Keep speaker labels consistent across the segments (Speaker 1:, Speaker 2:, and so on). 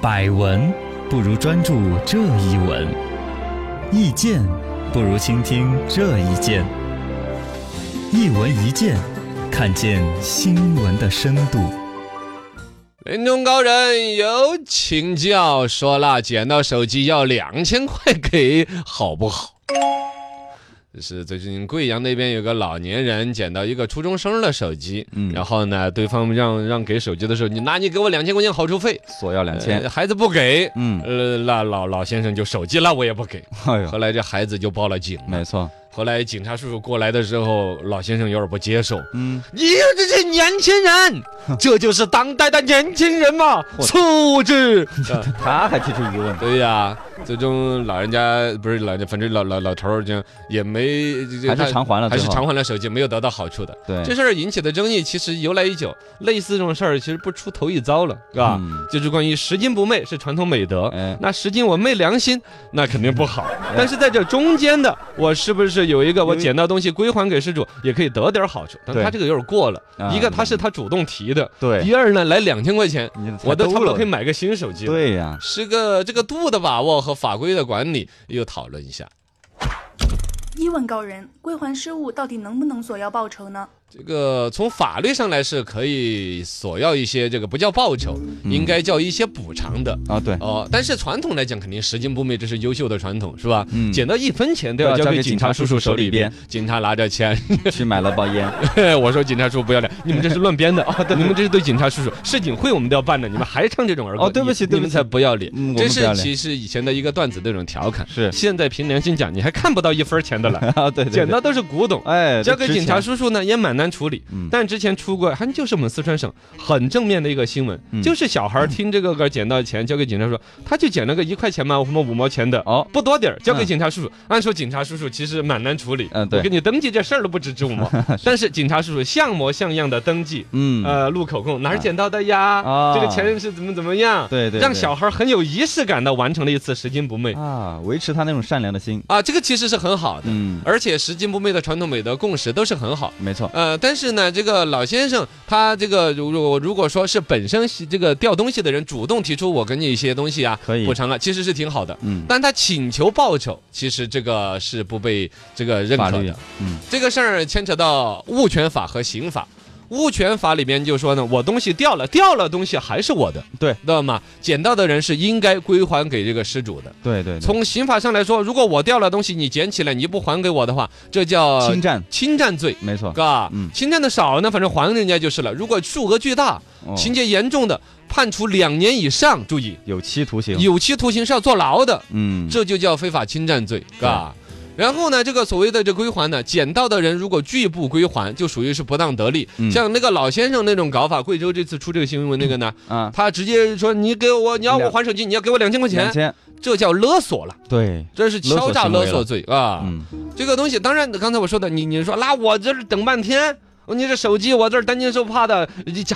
Speaker 1: 百闻不如专注这一闻，意见不如倾听这一见。一闻一见，看见新闻的深度。
Speaker 2: 山东高人有请教，说了捡到手机要两千块给，好不好？是最近贵阳那边有个老年人捡到一个初中生的手机，
Speaker 1: 嗯
Speaker 2: 然后呢，对方让让给手机的时候，你拿你给我两千块钱好处费，
Speaker 1: 索要两
Speaker 2: 呃，孩子不给，
Speaker 1: 嗯，
Speaker 2: 呃，那老老先生就手机那我也不给，
Speaker 1: 哎，
Speaker 2: 后来这孩子就报了警，
Speaker 1: 没错，
Speaker 2: 后来警察叔叔过来的时候，老先生有点不接受，
Speaker 1: 嗯，
Speaker 2: 你这些年轻人，这就是当代的年轻人嘛，素质。
Speaker 1: 他还提出疑问，
Speaker 2: 对呀、最终老人家不是老人家，反正老老老头儿就也没
Speaker 1: 还是偿还了，
Speaker 2: 还是
Speaker 1: 啊最后
Speaker 2: 偿还了手机，没有得到好处的。
Speaker 1: 对，
Speaker 2: 这事儿引起的争议其实由来已久，类似这种事儿其实不出头一遭了，是吧？
Speaker 1: 嗯
Speaker 2: 就是关于拾金不昧是传统美德，
Speaker 1: 哎，
Speaker 2: 那拾金我昧良心，那肯定不 好。但是在这中间的，我是不是有一个我捡到东西归还给失主，也可以得点好处？但
Speaker 1: 对
Speaker 2: 他这个有点过了，
Speaker 1: 啊
Speaker 2: 一个他是他主动提的，
Speaker 1: 对，
Speaker 2: 第二呢来两千块钱，
Speaker 1: 你才
Speaker 2: 我都差不
Speaker 1: 兜
Speaker 2: 多
Speaker 1: 了
Speaker 2: 可以买个新手机了。
Speaker 1: 对呀，
Speaker 2: 是个这个度的把握和法规的管理又讨论一下。
Speaker 3: 一问高人，归还失物到底能不能索要报酬呢？
Speaker 2: 这个从法律上来是可以索要一些这个不叫报酬，
Speaker 1: 嗯
Speaker 2: 应该叫一些补偿的。
Speaker 1: 啊，对，
Speaker 2: 哦，但是传统来讲，肯定拾金不昧，这是优秀的传统，是吧？
Speaker 1: 嗯
Speaker 2: 捡到一分钱都要
Speaker 1: 都要
Speaker 2: 交
Speaker 1: 交
Speaker 2: 给
Speaker 1: 给
Speaker 2: 警
Speaker 1: 警
Speaker 2: 察
Speaker 1: 察
Speaker 2: 叔
Speaker 1: 叔
Speaker 2: 叔
Speaker 1: 叔
Speaker 2: 手
Speaker 1: 手
Speaker 2: 里
Speaker 1: 里
Speaker 2: 边
Speaker 1: 边，
Speaker 2: 警察拿着钱，
Speaker 1: 去买了包烟，
Speaker 2: 我说警察叔叔不要脸，你们这是乱编的 啊！你们这是对警察叔叔、市警会我们都要办的，你们还唱这种儿歌？
Speaker 1: 哦对不起
Speaker 2: 你
Speaker 1: 对不
Speaker 2: 你们
Speaker 1: 起
Speaker 2: 才不要脸
Speaker 1: 嗯我！们
Speaker 2: 这
Speaker 1: 不要
Speaker 2: 是
Speaker 1: 脸
Speaker 2: 其实以前的一个段子的那种调侃。
Speaker 1: 是
Speaker 2: 现在凭良心讲，你还看不到一分钱的了，
Speaker 1: 啊，对，对
Speaker 2: 捡，到都是古董
Speaker 1: 对。哎，
Speaker 2: 交给
Speaker 1: 这值
Speaker 2: 警察
Speaker 1: 钱
Speaker 2: 叔叔呢也蛮难处理
Speaker 1: 嗯，
Speaker 2: 但之前出过，还就是我们四川省很正面的一个新闻
Speaker 1: 嗯，
Speaker 2: 就是小孩儿听这个歌捡到钱交给警察说，他就捡了个一块钱嘛，什么五毛钱的，
Speaker 1: 哦，
Speaker 2: 不多点儿，交给
Speaker 1: 嗯
Speaker 2: 警察叔叔。按说警察叔叔其实蛮难处理，
Speaker 1: 嗯对
Speaker 2: 我给你登记这事儿都不止值五 毛，但是警察叔叔像模像样的登记。
Speaker 1: 嗯，
Speaker 2: 呃，录口供哪儿捡到的呀？
Speaker 1: 啊
Speaker 2: 这个钱是怎么怎么样？
Speaker 1: 对对
Speaker 2: 让
Speaker 1: 对
Speaker 2: 小孩儿很有仪式感的完成了一次拾金不昧
Speaker 1: 啊，维持他那种善良的心，
Speaker 2: 啊，这个其实是很好的，
Speaker 1: 嗯，
Speaker 2: 而且拾金不昧的传统美德共识都是很好。
Speaker 1: 没错，
Speaker 2: 呃，但是呢，这个老先生他这个如果如果说是本身是这个掉东西的人主动提出我给你一些东西啊，
Speaker 1: 可以
Speaker 2: 补偿了，其实是挺好的。
Speaker 1: 嗯，
Speaker 2: 但他请求报酬，其实这个是不被这个认
Speaker 1: 法
Speaker 2: 可
Speaker 1: 律
Speaker 2: 的。，
Speaker 1: 嗯，
Speaker 2: 这个事儿牵扯到物权法和刑法。物权法里边就说呢，我东西掉了，掉了东西还是我的，
Speaker 1: 对，
Speaker 2: 知道吗？捡到的人是应该归还给这个失主的。
Speaker 1: 对对，对
Speaker 2: 从刑法上来说，如果我掉了东西，你捡起来，你不还给我的话，这叫
Speaker 1: 侵占，
Speaker 2: 侵占罪。
Speaker 1: 没错，
Speaker 2: 哥
Speaker 1: 嗯，
Speaker 2: 侵占的少呢，反正还人家就是了。如果数额巨大、
Speaker 1: 哦
Speaker 2: 情节严重的，判处两年以上，注意，
Speaker 1: 有期徒刑，
Speaker 2: 有期徒刑是要坐牢的，
Speaker 1: 嗯，
Speaker 2: 这就叫非法侵占罪，哥。然后呢，这个所谓的这归还呢，捡到的人如果拒不归还，就属于是不当得利。
Speaker 1: 嗯
Speaker 2: 像那个老先生那种搞法，贵州这次出这个新闻那个呢，
Speaker 1: 啊，
Speaker 2: 他直接说你给我，你要我
Speaker 1: 两
Speaker 2: 还手机，你要给我两千块
Speaker 1: 两
Speaker 2: 钱，
Speaker 1: 千，
Speaker 2: 这叫勒索了，
Speaker 1: 对，
Speaker 2: 这是敲诈勒
Speaker 1: 勒索行为了
Speaker 2: 索罪啊。
Speaker 1: 嗯，
Speaker 2: 这个东西，当然刚才我说的，你你说那我这儿等半天。你这手机我这儿担惊受怕的，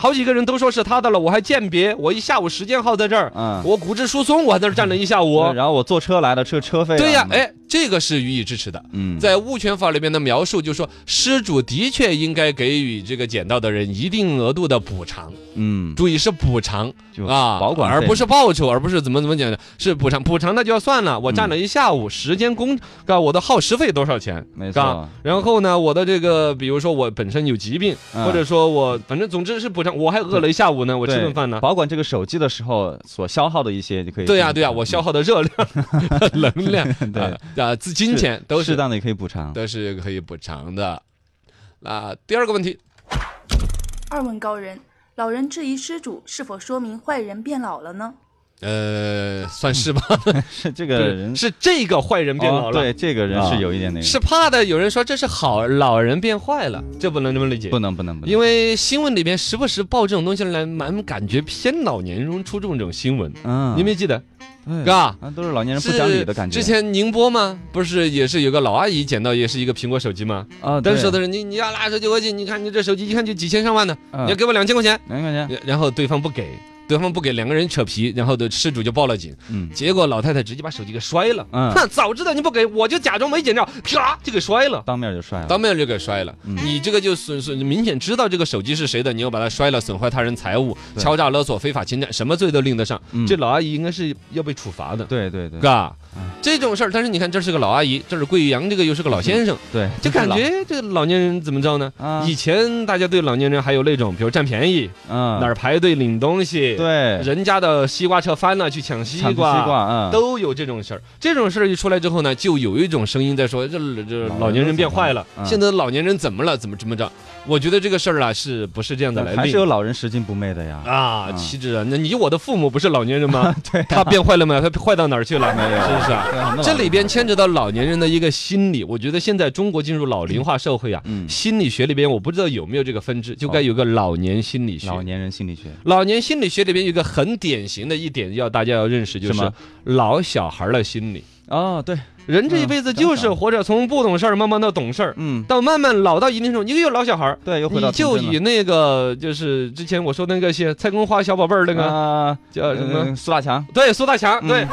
Speaker 2: 好几个人都说是他的了，我还鉴别，我一下午时间耗在这儿，
Speaker 1: 啊，
Speaker 2: 我骨质疏松，我还在这儿站了一下午。
Speaker 1: 然后我坐车来的，车车费啊，
Speaker 2: 对呀、
Speaker 1: 嗯，
Speaker 2: 哎，这个是予以支持的。
Speaker 1: 嗯，
Speaker 2: 在物权法里面的描述，就说失主的确应该给予这个捡到的人一定额度的补偿，
Speaker 1: 嗯，
Speaker 2: 注意是补偿
Speaker 1: 就
Speaker 2: 啊，
Speaker 1: 保管
Speaker 2: 而
Speaker 1: 费
Speaker 2: 不是报酬，而不是怎么怎么讲的，是补偿。补偿那就要算了，我站了一下午，时间工，啊，我的耗时费多少钱？
Speaker 1: 没
Speaker 2: 嘎
Speaker 1: 错，
Speaker 2: 然后呢，我的这个，比如说我本身有疾病，
Speaker 1: 嗯
Speaker 2: 或者说我反正总之是补偿，我还饿了一下午呢，我吃
Speaker 1: 对
Speaker 2: 顿饭呢。
Speaker 1: 保管这个手机的时候所消耗的一些就可以，嗯
Speaker 2: 对呀、对呀、我消耗的热 量、能量、
Speaker 1: 对
Speaker 2: 啊啊，资金钱都
Speaker 1: 适
Speaker 2: 是
Speaker 1: 当的也可以补偿，
Speaker 2: 都是可以补偿的。那第二个问题，
Speaker 3: 二问高人，老人质疑失主是否说明坏人变老了呢？
Speaker 2: 呃，算是吧，
Speaker 1: 是 这
Speaker 2: 不
Speaker 1: 个
Speaker 2: 是
Speaker 1: 人
Speaker 2: 是这个坏人变老
Speaker 1: 哦
Speaker 2: 了，
Speaker 1: 对，这个人
Speaker 2: 啊
Speaker 1: 是有一点那个，
Speaker 2: 是怕的。有人说这是好老人变坏了，这不能这么理解
Speaker 1: 不。能不能不能，
Speaker 2: 因为新闻里边时不时报这种东西来，蛮感觉偏老年人出众这种新闻，
Speaker 1: 嗯，
Speaker 2: 你有没有记得？
Speaker 1: 对
Speaker 2: 嘎，
Speaker 1: 啊，都是老年人
Speaker 2: 是
Speaker 1: 不讲理的感觉。
Speaker 2: 之前宁波吗？不是也是有个老阿姨捡到也是一个苹果手机吗？
Speaker 1: 啊，
Speaker 2: 当
Speaker 1: 对
Speaker 2: 时说的人，你你要拿手机回去，你看你这手机一看就几千上万的，
Speaker 1: 嗯啊
Speaker 2: 你要给我两千块钱，
Speaker 1: 两千块钱，
Speaker 2: 然后对方不给。对方不给，两个人扯皮，然后的失主就报了警。
Speaker 1: 嗯
Speaker 2: 结果老太太直接把手机给摔了。
Speaker 1: 嗯
Speaker 2: 哼，早知道你不给，我就假装没捡着，啪就给摔了。
Speaker 1: 当面就摔了。
Speaker 2: 当面就给摔了，
Speaker 1: 嗯
Speaker 2: 你这个就损损，你明显知道这个手机是谁的，你又把它摔了，损坏他人财物，
Speaker 1: 对
Speaker 2: 敲诈勒索、非法侵占，什么罪都拎得上。
Speaker 1: 嗯
Speaker 2: 这老阿姨应该是要被处罚的，
Speaker 1: 对对对
Speaker 2: 嘎
Speaker 1: 哎，
Speaker 2: 嗯这种事儿。但是你看，这是个老阿姨，这是贵阳，这个又是个老先生，
Speaker 1: 对，
Speaker 2: 就感觉这老年人怎么着呢？
Speaker 1: 啊
Speaker 2: 以前大家对老年人还有那种，比如占便宜，
Speaker 1: 嗯
Speaker 2: 哪儿排队领东西，
Speaker 1: 对
Speaker 2: 人家的西瓜车翻了去抢西
Speaker 1: 抢西瓜嗯
Speaker 2: 都有这种事儿。这种事儿一出来之后呢，就有一种声音在说，这这
Speaker 1: 老
Speaker 2: 老年人变坏了，
Speaker 1: 人怎么了嗯
Speaker 2: 现在的老年人怎么了？怎么怎么着？我觉得这个事儿啊，是不是这样的来
Speaker 1: 还是
Speaker 2: 定
Speaker 1: 有？老人拾金不昧的呀。
Speaker 2: 啊，
Speaker 1: 嗯
Speaker 2: 岂止啊！那你我的父母不是老年人吗？
Speaker 1: 对啊
Speaker 2: 他变坏了吗？他坏到哪儿去了？没有，是不是啊？
Speaker 1: 对很多老人
Speaker 2: 这里边牵扯到老年人的一个心理，我觉得现在中国进入老龄化社会啊，
Speaker 1: 嗯
Speaker 2: 心理学里边我不知道有没有这个分支，就该有个老年心理学。
Speaker 1: 老年人心理学，
Speaker 2: 老年心理学里边有一个很典型的一点要大家要认识，就
Speaker 1: 什
Speaker 2: 是
Speaker 1: 么
Speaker 2: 老小孩儿的心理。
Speaker 1: 哦对，
Speaker 2: 人这一辈子就是活着，从不懂事儿慢慢到懂事儿，
Speaker 1: 嗯
Speaker 2: 到慢慢老到一定程度，你又有老小孩儿，
Speaker 1: 对，又回到
Speaker 2: 你就
Speaker 1: 童真
Speaker 2: 以那个就是之前我说的那个些蔡公花小宝贝儿那
Speaker 1: 了
Speaker 2: 个
Speaker 1: 啊
Speaker 2: 叫什么？
Speaker 1: 嗯苏大强
Speaker 2: 对，苏大强，
Speaker 1: 嗯
Speaker 2: 对，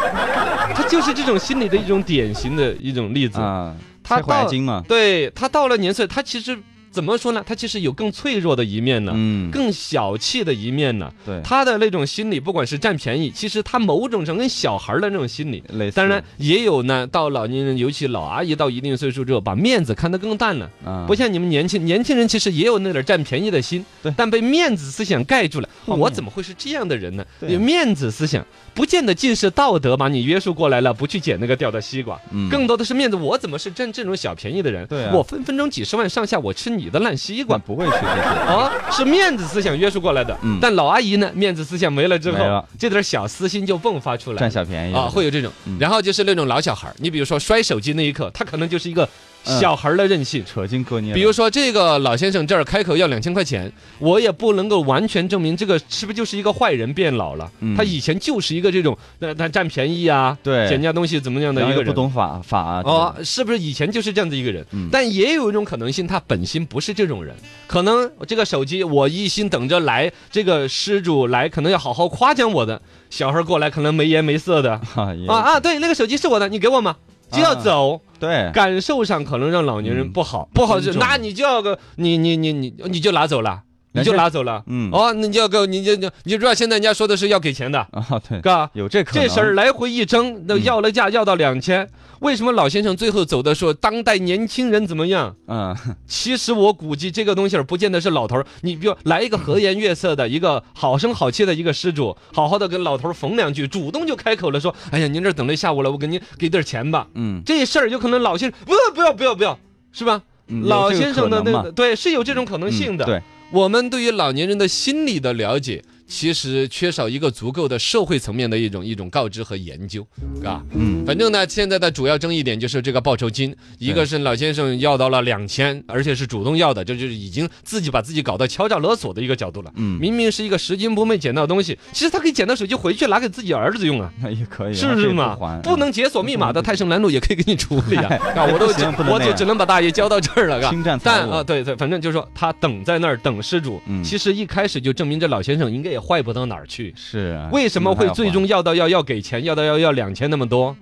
Speaker 2: 他就是这种心理的一种典型的一种例子。
Speaker 1: 啊，
Speaker 2: 他
Speaker 1: 拆怀
Speaker 2: 到
Speaker 1: 金嘛，
Speaker 2: 对他到了年岁，他其实怎么说呢？他其实有更脆弱的一面呢，
Speaker 1: 嗯，
Speaker 2: 更小气的一面呢。
Speaker 1: 对，
Speaker 2: 他的那种心理，不管是占便宜，其实他某种程度跟小孩儿的那种心理。
Speaker 1: 类似
Speaker 2: 当然也有呢，到老年人，尤其老阿姨到一定岁数之后，把面子看得更淡了。
Speaker 1: 啊，
Speaker 2: 不像你们年轻年轻人，其实也有那点占便宜的心
Speaker 1: 对，
Speaker 2: 但被面子思想盖住了。
Speaker 1: 好面
Speaker 2: 我怎么会是这样的人呢？
Speaker 1: 对
Speaker 2: 有面子思想，不见得尽是道德把你约束过来了，不去捡那个掉的西瓜，
Speaker 1: 嗯
Speaker 2: 更多的是面子。我怎么是占这种小便宜的人？
Speaker 1: 对啊
Speaker 2: 我分分钟几十万上下，我吃你的烂西瓜
Speaker 1: 管。不会去这些，
Speaker 2: 哦，是面子思想约束过来的。
Speaker 1: 嗯
Speaker 2: 但老阿姨呢，面子思想没了之后
Speaker 1: 没了，
Speaker 2: 这点小私心就迸发出来
Speaker 1: 占。小便宜
Speaker 2: 啊，会有这种
Speaker 1: 嗯，
Speaker 2: 然后就是那种老小孩儿，你比如说摔手机那一刻，他可能就是一个
Speaker 1: 嗯
Speaker 2: 小孩儿的任性。
Speaker 1: 扯筋割捏了，
Speaker 2: 比如说这个老先生这儿开口要两千块钱，我也不能够完全证明这个是不是就是一个坏人变老了
Speaker 1: 嗯，
Speaker 2: 他以前就是一个这种，那他占便宜啊，
Speaker 1: 对
Speaker 2: 捡人家东西怎么样的
Speaker 1: 然后
Speaker 2: 一
Speaker 1: 又
Speaker 2: 个人。
Speaker 1: 不懂法法啊
Speaker 2: 哦，，是不是以前就是这样的一个人
Speaker 1: 嗯？
Speaker 2: 但也有一种可能性，他本心不是这种人，可能这个手机我一心等着来，这个失主来，可能要好好夸奖我的小孩过来，可能没颜没色的
Speaker 1: 啊 也
Speaker 2: 啊啊，对，那个手机是我的，你给我嘛。就要走，
Speaker 1: 对，
Speaker 2: 感受上可能让老年人
Speaker 1: 哎嗯
Speaker 2: 不好，不好
Speaker 1: 尊
Speaker 2: 是，
Speaker 1: 重
Speaker 2: 那你就要个你你你你你就拿走了，你就
Speaker 1: 人家
Speaker 2: 拿走了，
Speaker 1: 嗯
Speaker 2: 哦，你就要给我你就你就知道现在人家说的是要给钱的，
Speaker 1: 啊对，
Speaker 2: 嘎，
Speaker 1: 有这可能
Speaker 2: 这事儿来回一争，那
Speaker 1: 嗯
Speaker 2: 要了价要到两千，为什么老先生最后走的说当代年轻人怎么样？
Speaker 1: 嗯
Speaker 2: 其实我估计这个东西儿不见得是老头儿，你比如来一个和颜悦色的一个好声好气的一个施主，好好的跟老头儿缝两句，主动就开口了说：“哎呀，您这儿等了一下午了，我给您给点儿钱吧。”
Speaker 1: 嗯
Speaker 2: 这事儿有可能老先生不不要不要不要，是吧？
Speaker 1: 嗯
Speaker 2: 老
Speaker 1: 有这个
Speaker 2: 先生的
Speaker 1: 可能
Speaker 2: 那
Speaker 1: 嘛
Speaker 2: 个对是有这种可能性的。
Speaker 1: 嗯对，
Speaker 2: 我们对于老年人的心理的了解，其实缺少一个足够的社会层面的一种一种告知和研究，啊，
Speaker 1: 嗯
Speaker 2: 反正呢，现在的主要争议点就是这个报酬金，一个是老先生要到了两千，而且是主动要的，这就是已经自己把自己搞到敲诈勒索的一个角度了。
Speaker 1: 嗯
Speaker 2: 明明是一个拾金不昧捡到东西，其实他可以捡到手机回去拿给自己儿子用啊。
Speaker 1: 那也可以，
Speaker 2: 是不
Speaker 1: 然后这
Speaker 2: 是
Speaker 1: 也
Speaker 2: 嘛？
Speaker 1: 哎还嗯
Speaker 2: 不能解锁密码的泰盛南路也可以给你处理 啊！啊我都
Speaker 1: 不行不能
Speaker 2: 我
Speaker 1: 那
Speaker 2: 就
Speaker 1: 样
Speaker 2: 只能把大爷教到这儿了，嘎。
Speaker 1: 侵占财
Speaker 2: 但
Speaker 1: 物
Speaker 2: 啊，对对，反正就是说他等在那儿等失主
Speaker 1: 嗯，
Speaker 2: 其实一开始就证明这老先生应该也坏不到哪儿去。
Speaker 1: 是啊
Speaker 2: 为什么会最？
Speaker 1: 那
Speaker 2: 终要到要要给钱，要到要要两千那么多？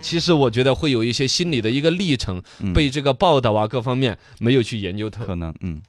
Speaker 2: 其实我觉得会有一些心理的一个历程
Speaker 1: 嗯
Speaker 2: 被这个报道啊各方面没有去研究
Speaker 1: 他要还
Speaker 2: 透。
Speaker 1: 可能嗯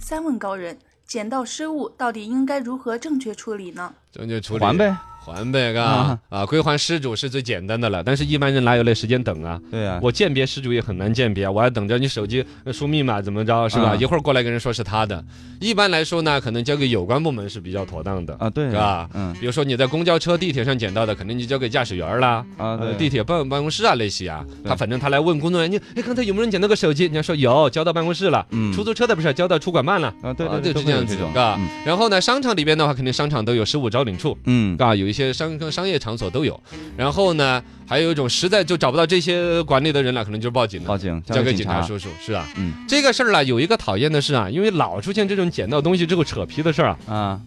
Speaker 3: 三问高人，捡到失物到底应该如何正确处理呢？
Speaker 2: 正确处理
Speaker 1: 还，呗，
Speaker 2: 还呗，嘎
Speaker 1: 啊
Speaker 2: 啊，归还失主是最简单的了，但是一般人哪有那时间等啊？
Speaker 1: 对啊，
Speaker 2: 我鉴别失主也很难鉴别啊，我还等着你手机呃输密码怎么着是吧？
Speaker 1: 嗯
Speaker 2: 一会儿过来跟人说是他的。一般来说呢，可能交给有关部门是比较妥当的。
Speaker 1: 啊对
Speaker 2: 是吧
Speaker 1: 嗯
Speaker 2: 比如说你在公交车、地铁上捡到的，肯定就交给驾驶员儿啦。
Speaker 1: 啊嗯
Speaker 2: 呃，
Speaker 1: 对
Speaker 2: 地铁办办公室啊，那些啊，
Speaker 1: 对
Speaker 2: 他反正他来问工作人员，你哎，刚才有没有人捡到个手机？人家说有，交到办公室了。
Speaker 1: 嗯
Speaker 2: 出租车的不是交到出管办了。
Speaker 1: 啊对
Speaker 2: 啊
Speaker 1: 对
Speaker 2: 就是
Speaker 1: 都会
Speaker 2: 这
Speaker 1: 有
Speaker 2: 样子
Speaker 1: 种
Speaker 2: 嘎
Speaker 1: 嗯。
Speaker 2: 然后呢，商场里边的话，肯定商场都有失物招领处，
Speaker 1: 嗯
Speaker 2: 啊，有一些商商业场所都有。然后呢，还有一种实在就找不到这些管理的人了，可能就报警了
Speaker 1: 报。警
Speaker 2: 交给
Speaker 1: 哦给
Speaker 2: 警察
Speaker 1: 察
Speaker 2: 叔叔是啊，
Speaker 1: 嗯
Speaker 2: 这个事儿啊，有一个讨厌的是啊，因为老出现这种捡到东西之后扯皮的事儿啊，
Speaker 1: 啊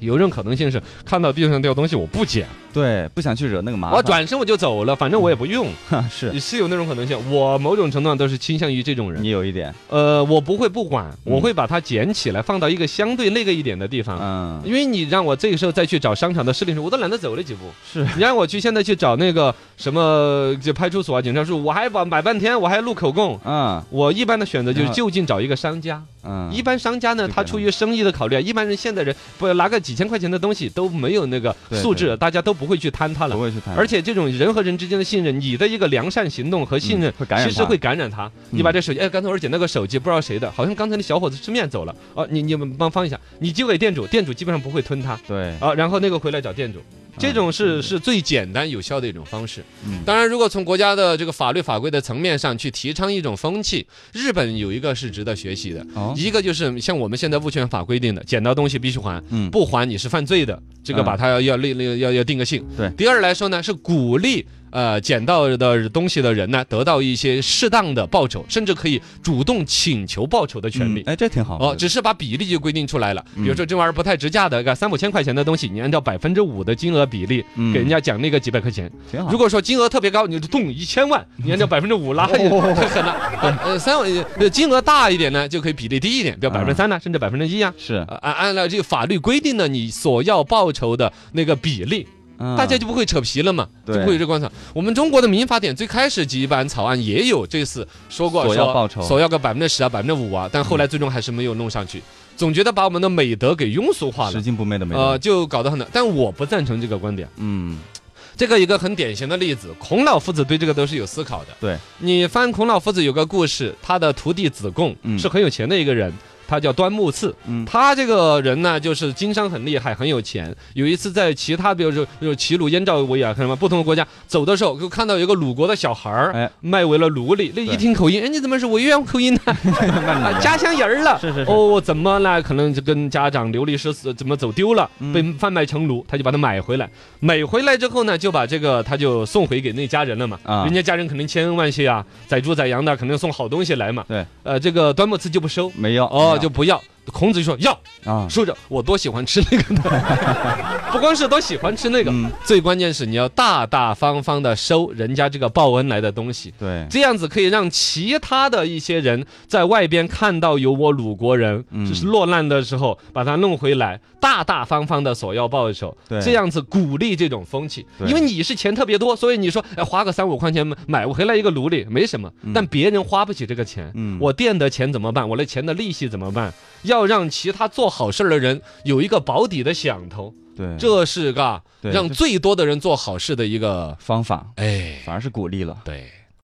Speaker 2: 有一种可能性是看到地上掉东西我不捡，
Speaker 4: 对，不想去惹那个
Speaker 1: 啊
Speaker 4: 麻烦。
Speaker 2: 我转身我就走了，反正我也不用。
Speaker 4: 是
Speaker 2: 是有那种可能性，我某种程度上都是倾向于这种人。
Speaker 4: 你有一点，
Speaker 2: 呃，我不会不管，我会把它捡起来放到一个相对那个一点的地
Speaker 1: 啊
Speaker 2: 方。
Speaker 4: 嗯，
Speaker 2: 因为你让我这个时候再去找商场的视频时候，我都懒得走了几步。
Speaker 4: 是
Speaker 2: 你让我去现在去找那个什么就派出所啊、警察叔，我还把买半天，我还录口供。
Speaker 4: 嗯
Speaker 2: 我一般的选择就
Speaker 4: 然
Speaker 2: 是
Speaker 4: 后
Speaker 2: 就近找一个商家。
Speaker 1: 啊
Speaker 4: 嗯，
Speaker 2: 一般商家呢，
Speaker 4: 就
Speaker 2: 他
Speaker 4: 给他
Speaker 2: 出
Speaker 4: 们
Speaker 2: 于生意的考虑，啊，一般人现在人不拿个几千块钱的东西都没有那个
Speaker 4: 对
Speaker 2: 素质，
Speaker 4: 对
Speaker 2: 大家都不会去贪它了
Speaker 4: 不。会去谈，
Speaker 2: 而且这种人和人之间的信任，你的一个良善行动和信任
Speaker 4: 嗯，会感染
Speaker 2: 其实
Speaker 4: 他嗯
Speaker 2: 会感染他。你把这手机，哎，刚才我捡那个手机，不知道谁的，好像刚才那小伙子吃面走了，
Speaker 4: 嗯
Speaker 2: 哦，你你们帮放一下，你交给店主，店主基本上不会吞他
Speaker 4: 对，
Speaker 2: 啊，然后那个回来找店主。这种是是最简单有效的一种方式。
Speaker 4: 嗯
Speaker 2: 当然，如果从国家的这个法律法规的层面上去提倡一种风气，日本有一个是值得学习的，
Speaker 4: 哦，
Speaker 2: 一个就是像我们现在物权法规定的，捡到东西必须还，
Speaker 4: 嗯
Speaker 2: 不还你是犯罪的，这个
Speaker 4: 嗯
Speaker 2: 把它要要立立要要定个性。
Speaker 4: 对
Speaker 2: 第二来说呢，是鼓励呃捡到的东西的人呢得到一些适当的报酬，甚至可以主动请求报酬的权利
Speaker 4: 嗯。哎，这挺好。
Speaker 2: 哦，只是把比例就规定出来了。比如说这玩意儿不太值价的，个三五千块钱的东西，你按照百分之五的金额比例
Speaker 4: 嗯哦
Speaker 2: 给人家奖励个几百块钱。
Speaker 4: 挺好。
Speaker 2: 如果说金额特别高，你就动一千万，你按照百分之五拉也
Speaker 4: 哦
Speaker 2: 太狠了。呃呃，三万呃金额大一点呢，就可以比例低一
Speaker 4: 嗯
Speaker 2: 点，比如百分之三呢，甚至百分之一啊。
Speaker 4: 是，
Speaker 2: 呃按按照这个法律规定呢，你所要报酬的那个比例，大
Speaker 4: 大
Speaker 2: 家就不会扯皮了嘛，就
Speaker 4: 嗯对
Speaker 2: 不会有这观察。我们中国的民法典最开始几版草案也有这次说过，
Speaker 4: 索要
Speaker 2: 说
Speaker 4: 报酬嗯
Speaker 2: 索要个百分之十啊，百分之五啊，但后来最终还是没有弄上去，总觉得把我们的美德给庸俗化
Speaker 4: 拾
Speaker 2: 了。
Speaker 4: 金不昧的美德。
Speaker 2: 呃，就搞得很难，但我不赞成这个观点。
Speaker 4: 嗯，
Speaker 2: 这个一个很典型的例子，孔老夫子对这个都是有思考的。
Speaker 4: 对，
Speaker 2: 你翻孔老夫子有个故事，他的徒弟子贡
Speaker 4: 嗯
Speaker 2: 是很有钱的一个人，他叫端木赐。
Speaker 4: 嗯
Speaker 2: 他这个人呢，就是经商很厉害，很有钱。有一次在其他，比如说就是齐鲁、燕赵、维也什么不同的国家走的时候，就看到有一个鲁国的小孩儿
Speaker 4: 哎
Speaker 2: 卖为了奴隶。那一
Speaker 4: 对
Speaker 2: 听口音，哎，你怎么是维也 口音呢？啊，家乡人儿了。
Speaker 4: 是是是
Speaker 2: 哦，怎么了？可能就跟家长流离失所，怎么走丢了，
Speaker 4: 嗯
Speaker 2: 被贩卖成奴，他就把它买回来。买回来之后呢，就把这个他就送回给那家人了嘛。
Speaker 4: 啊
Speaker 2: 人家家人肯定千恩万谢啊，宰猪宰羊的肯定送好东西来嘛。
Speaker 4: 对，
Speaker 2: 呃，这个端木赐就不收，
Speaker 4: 没有
Speaker 2: 哦，
Speaker 4: 没
Speaker 2: 就
Speaker 4: 有
Speaker 2: 不要。孔子就说要，
Speaker 4: 啊，
Speaker 2: 说着我多喜欢吃 那个的，不光是多喜欢吃那个，
Speaker 4: 嗯
Speaker 2: 最关键是你要大大方方的收人家这个报恩来的东西。
Speaker 4: 对，
Speaker 2: 这样子可以让其他的一些人在外边看到有我鲁国人，
Speaker 4: 嗯
Speaker 2: 就是落难的时候把他弄回来，大大方方的索要报酬，
Speaker 4: 对
Speaker 2: 这样子鼓励这种风气。
Speaker 4: 对
Speaker 2: 因为你是钱特别多，所以你说，哎，花个三五块钱买买回来一个奴隶没什么，但别人花不起这个钱，
Speaker 4: 嗯
Speaker 2: 我垫的钱怎么办？我的钱的利息怎么办？要让其他做好事儿的人有一个保底的响头，
Speaker 4: 对
Speaker 2: 这是个
Speaker 4: 对
Speaker 2: 让
Speaker 4: 这
Speaker 2: 最多的人做好事的一个，
Speaker 4: 方法
Speaker 2: 哎，
Speaker 4: 反而是鼓励了。
Speaker 2: 对。